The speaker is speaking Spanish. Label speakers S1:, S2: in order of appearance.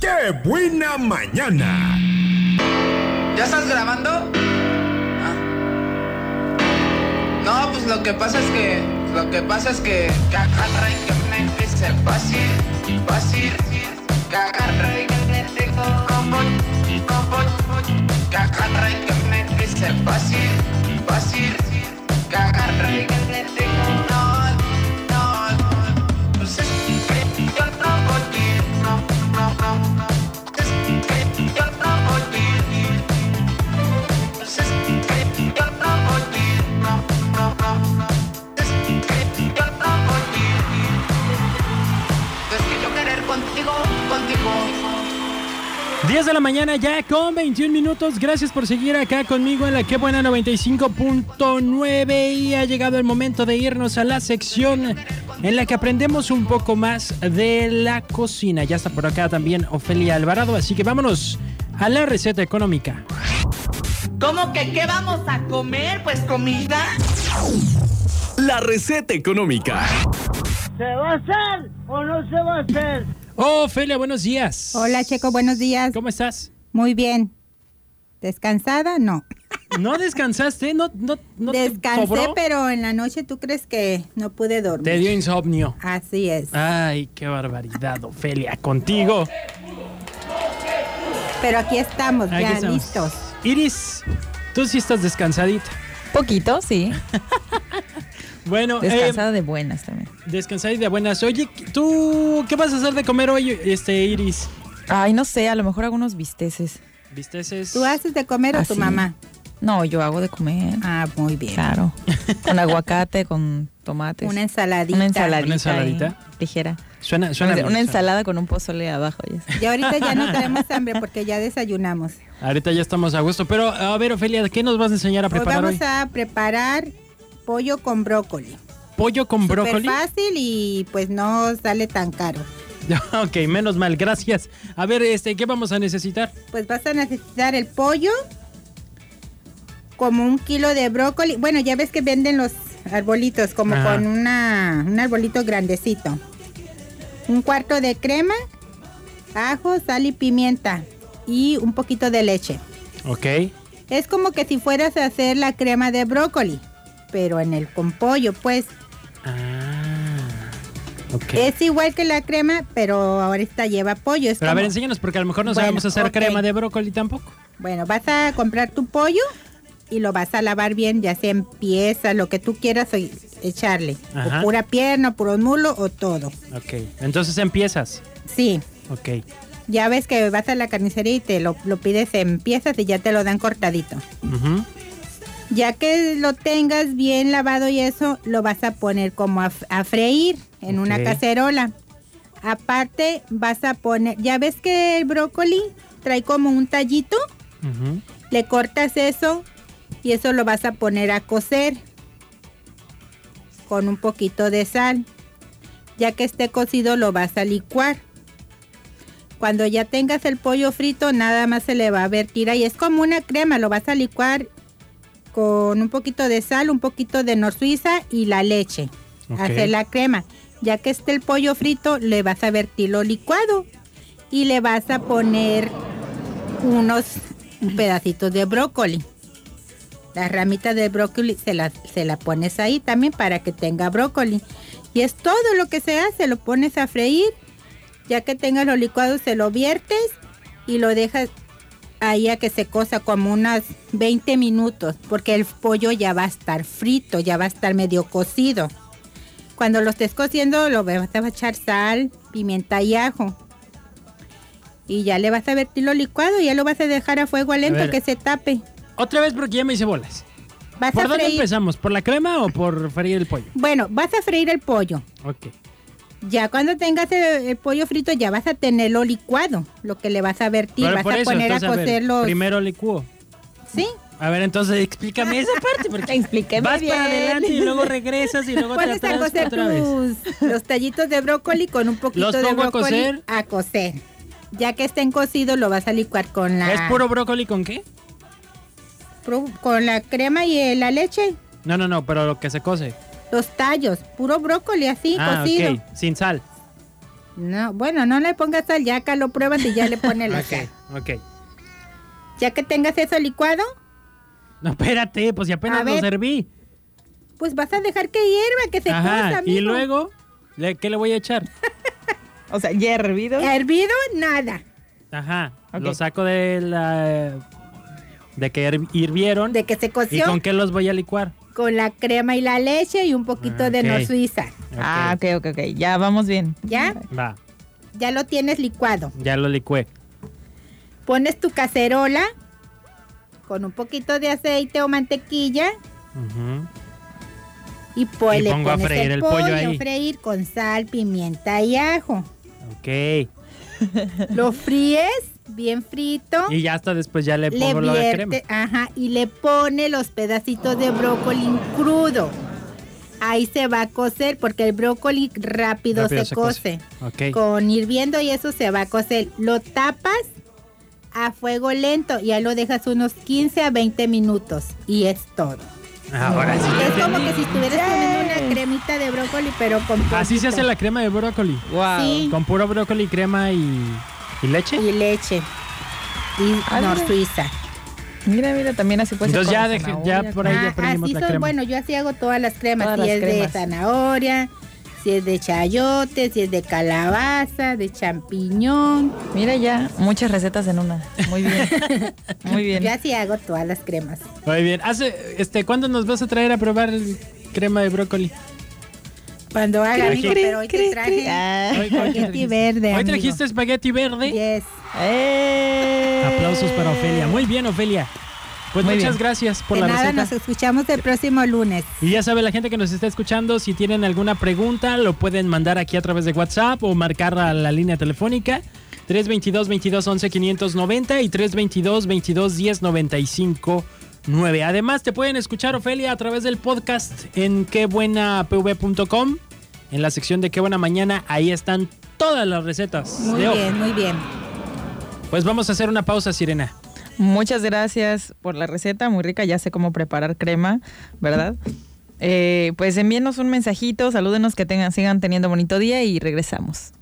S1: ¡Qué buena mañana!
S2: ¿Ya estás grabando? Ah. No, pues lo que pasa es que. Lo que pasa es que. Cagarra y que me empiece a pasir. Pasir. Cagarra y que me tengo combo. Combo. Cagarra y que me empiece a pasir. Pasir. Cagarra y que me tengo no. No. Pues es que yo no voy a ir. No, no, no, no. Es que yo no voy a ir. Pues Es que yo no voy a ir, no, no, no, no. Es que yo no voy a ir. Es que yo querer contigo, contigo.
S3: 10 de la mañana ya con 21 minutos. Gracias por seguir acá conmigo en la que buena 95.9 y ha llegado el momento de irnos a la sección en la que aprendemos un poco más de la cocina. Ya está por acá también Ofelia Alvarado, así que vámonos a la receta económica.
S4: ¿Cómo que qué vamos a comer? Pues comida.
S5: La receta económica.
S6: ¿Se va a hacer o no se va a hacer?
S3: Ofelia, buenos días.
S7: Hola Checo, buenos días.
S3: ¿Cómo estás?
S7: Muy bien. ¿Descansada? No.
S3: ¿No descansaste? ¿No, no, no te
S7: Descansé,
S3: sobró?
S7: pero en la noche tú crees que no pude dormir.
S3: Te dio insomnio.
S7: Así es.
S3: Ay, qué barbaridad, Ofelia, contigo.
S7: Pero aquí estamos,
S3: Aquí
S7: ya
S3: estamos.
S7: listos.
S3: Iris, tú sí estás descansadita.
S8: Poquito, sí.
S3: Bueno, eh,
S8: Descansada de buenas también.
S3: descansadita de buenas. Oye, ¿tú qué vas a hacer de comer hoy, este Iris?
S8: Ay, no sé, a lo mejor algunos bisteces.
S3: ¿Visteces?
S7: ¿Tú haces de comer o tu
S8: Así.
S7: mamá?
S8: No, yo hago de comer.
S7: Ah, muy bien.
S8: Claro. Con aguacate, con tomates.
S7: Una ensaladita.
S8: Una ensaladita.
S3: Una ensaladita.
S8: ahí, ligera.
S3: Suena, suena
S8: Una,
S3: bien, suena.
S8: ensalada con un pozole abajo. ya está.
S7: Y ahorita ya no tenemos hambre porque ya desayunamos.
S3: Ahorita ya estamos a gusto. Pero, a ver, Ofelia, ¿qué nos vas a enseñar a
S7: Hoy
S3: preparar
S7: Pues vamos
S3: hoy?
S7: a preparar pollo con brócoli.
S3: ¿Pollo con
S7: Súper
S3: brócoli?
S7: fácil y pues no sale tan caro.
S3: ok, menos mal, gracias. A ver, este, ¿qué vamos a necesitar?
S7: Pues vas a necesitar el pollo, como un kilo de brócoli. Bueno, ya ves que venden los arbolitos, como
S3: Ajá.
S7: con una, un arbolito grandecito. Un cuarto de crema, ajo, sal y pimienta y un poquito de leche.
S3: Ok.
S7: Es como que si fueras a hacer la crema de brócoli, pero en el con pollo, pues
S3: Ah, ok.
S7: es igual que la crema, pero ahora esta lleva pollo. Es
S3: Pero a ver,
S7: como-
S3: enséñanos, porque a lo mejor no
S7: Bueno,
S3: sabemos hacer
S7: ok.
S3: crema de brócoli tampoco.
S7: Bueno, vas a comprar tu pollo y lo vas a lavar bien, ya sea en piezas, lo que tú quieras o- echarle.
S3: Ajá.
S7: O pura pierna, puro mulo o todo.
S3: Ok, entonces empiezas.
S7: Sí,
S3: Ok.
S7: ya ves que vas a la carnicería y te lo, lo pides en piezas y ya te lo dan cortadito.
S3: Ujú.
S7: Ya que lo tengas bien lavado y eso, lo vas a poner como a, f- a freír en una
S3: Ok.
S7: cacerola. Aparte, vas a poner, ya ves que el brócoli trae como un tallito.
S3: Ujú.
S7: le cortas eso y eso lo vas a poner a cocer con un poquito de sal. Ya que esté cocido lo vas a licuar. Cuando ya tengas el pollo frito nada más se le va a vertir ahí. Es como una crema, lo vas a licuar con un poquito de sal, un poquito de nor suiza y la leche.
S3: Ok.
S7: Hacer la crema. Ya que esté el pollo frito le vas a vertir lo licuado y le vas a poner unos pedacitos de brócoli. Las ramitas de brócoli se las se la pones ahí también para que tenga brócoli. Y es todo lo que se hace, lo pones a freír, ya que tengas lo licuado se lo viertes y lo dejas ahí a que se cosa como unas 20 minutos, porque el pollo ya va a estar frito, ya va a estar medio cocido. Cuando lo estés cociendo lo vas a echar sal, pimienta y ajo. Y ya le vas a vertir lo licuado, ya lo vas a dejar a fuego lento
S3: ver.
S7: que se tape.
S3: Otra vez porque ya me hice bolas.
S7: Vas
S3: ¿Por
S7: a
S3: dónde
S7: freír.
S3: empezamos? ¿Por la crema o por freír el pollo?
S7: Bueno, vas a freír el pollo.
S3: Ok.
S7: Ya cuando tengas el, el pollo frito ya vas a tenerlo licuado, lo que le vas a vertir,
S3: Pero
S7: vas
S3: por
S7: a
S3: eso,
S7: poner a
S3: entonces, ver,
S7: cocerlo.
S3: primero licúo.
S7: Sí.
S3: A ver, entonces explícame esa parte porque
S8: Explíqueme
S3: vas
S8: bien.
S3: para adelante y luego regresas y luego te
S7: Pones a
S3: atrás
S7: cocer
S3: otra vez.
S7: tus- los tallitos de brócoli con un poquito
S3: Los
S7: de
S3: pongo a
S7: brócoli
S3: cocer.
S7: a cocer. Ya que estén cocidos lo vas a licuar con la
S3: ¿Es puro brócoli con qué?
S7: pro- con la crema y eh, la leche,
S3: No, no, no, pero lo que se cose.
S7: los tallos, puro brócoli así
S3: ah,
S7: cocido.
S3: ok. Sin sal.
S7: No, bueno, no le pongas sal, ya acá lo pruebas y ya le pones la sal.
S3: Ok, ok.
S7: Ya que tengas eso licuado,
S3: No, espérate, pues si apenas
S7: A
S3: lo
S7: ver.
S3: serví.
S7: pues vas a dejar que hierva, que se cosa,
S3: Ajá,
S7: amigo.
S3: y luego, ¿le- ¿qué le voy a echar?
S8: O sea, ya hervido.
S7: Hervido, nada.
S3: Ajá,
S8: Ok.
S3: lo saco de la... De que hir- hirvieron.
S7: De que se
S3: ¿Y
S7: coció
S3: con
S7: con,
S3: qué los voy a licuar?
S7: la crema y la leche y un poquito
S3: Ah,
S7: de no
S3: ok.
S7: suiza.
S8: Ah, ok, ok, ok. Ya vamos bien.
S7: ¿Ya?
S3: Va,
S7: Ya lo tienes licuado.
S3: ya lo licué.
S7: Pones tu cacerola con un poquito de aceite o mantequilla
S3: Ujú.
S7: y pues
S3: Y
S7: le
S3: pongo a
S7: pones
S3: freír
S7: el,
S3: el pollo
S7: pollo,
S3: ahí.
S7: a freír con sal, pimienta y ajo.
S3: Ok.
S7: Lo fríes bien frito.
S3: Y ya hasta después ya le
S7: le
S3: pongo lo de crema.
S7: vierte, ajá, y le pone los pedacitos de brócoli crudo. Ahí se va a cocer porque el brócoli rápido,
S3: Rápido
S7: se, cose.
S3: Ok.
S7: Con hirviendo y eso se va a cocer. Lo tapas a fuego lento y ahí lo dejas unos 15 a 20 minutos y es todo.
S3: Ahora sí.
S7: es como que si estuvieras comiendo una cremita de brócoli pero con
S3: Así se
S7: poquito.
S3: hace la crema de brócoli.
S8: Wow.
S7: Sí.
S3: Con puro brócoli, crema y, y leche.
S7: y leche y
S8: Ah,
S7: nor
S8: mira.
S7: suiza.
S8: Mira, mira, también así
S7: pues
S8: puede
S3: Entonces ya
S8: ser. con
S3: deje-
S8: zanahoria,
S3: ya
S8: con-
S3: por ahí
S7: Ah,
S3: aprendimos
S7: así
S3: la
S7: soy,
S3: crema.
S7: Bueno, yo así hago todas las cremas.
S8: Todas
S7: si
S8: las
S7: es
S8: cremas.
S7: de zanahoria, si es de chayote, si es de calabaza, de champiñón.
S8: Mira ya, muchas recetas en una. Muy bien. Muy bien.
S7: Yo así hago todas las cremas.
S3: Muy bien. Hace, este, ¿Cuándo nos vas a traer a probar el crema de brócoli?
S7: Cuando haga,
S3: Cri,
S7: amigo,
S3: cri,
S7: pero hoy te traje
S8: Ah.
S7: espagueti verde.
S3: Hoy
S7: amigo.
S3: trajiste espagueti verde.
S7: Yes.
S8: ¡Eh!
S3: Aplausos para Ofelia. Muy bien, Ofelia. Pues
S8: Muy
S3: muchas
S8: bien.
S3: gracias por
S7: De
S3: la
S7: nada,
S3: receta.
S7: nos escuchamos el próximo lunes.
S3: Y ya sabe la gente que nos está escuchando, si tienen alguna pregunta, lo pueden mandar aquí a través de WhatsApp o marcar a la línea telefónica 322 22 11 590 y 322 22 10 95 9. Además, te pueden escuchar, Ofelia, a través del podcast en quebuenapv.com. En la sección de Qué Buena Mañana, ahí están todas las recetas.
S7: Muy
S3: Leo,
S7: bien, muy bien.
S3: Pues vamos a hacer una pausa, Sirena.
S8: Muchas gracias por la receta, muy rica, ya sé cómo preparar crema, ¿verdad? Eh, pues envíenos un mensajito, salúdenos, que tengan, sigan teniendo bonito día y regresamos.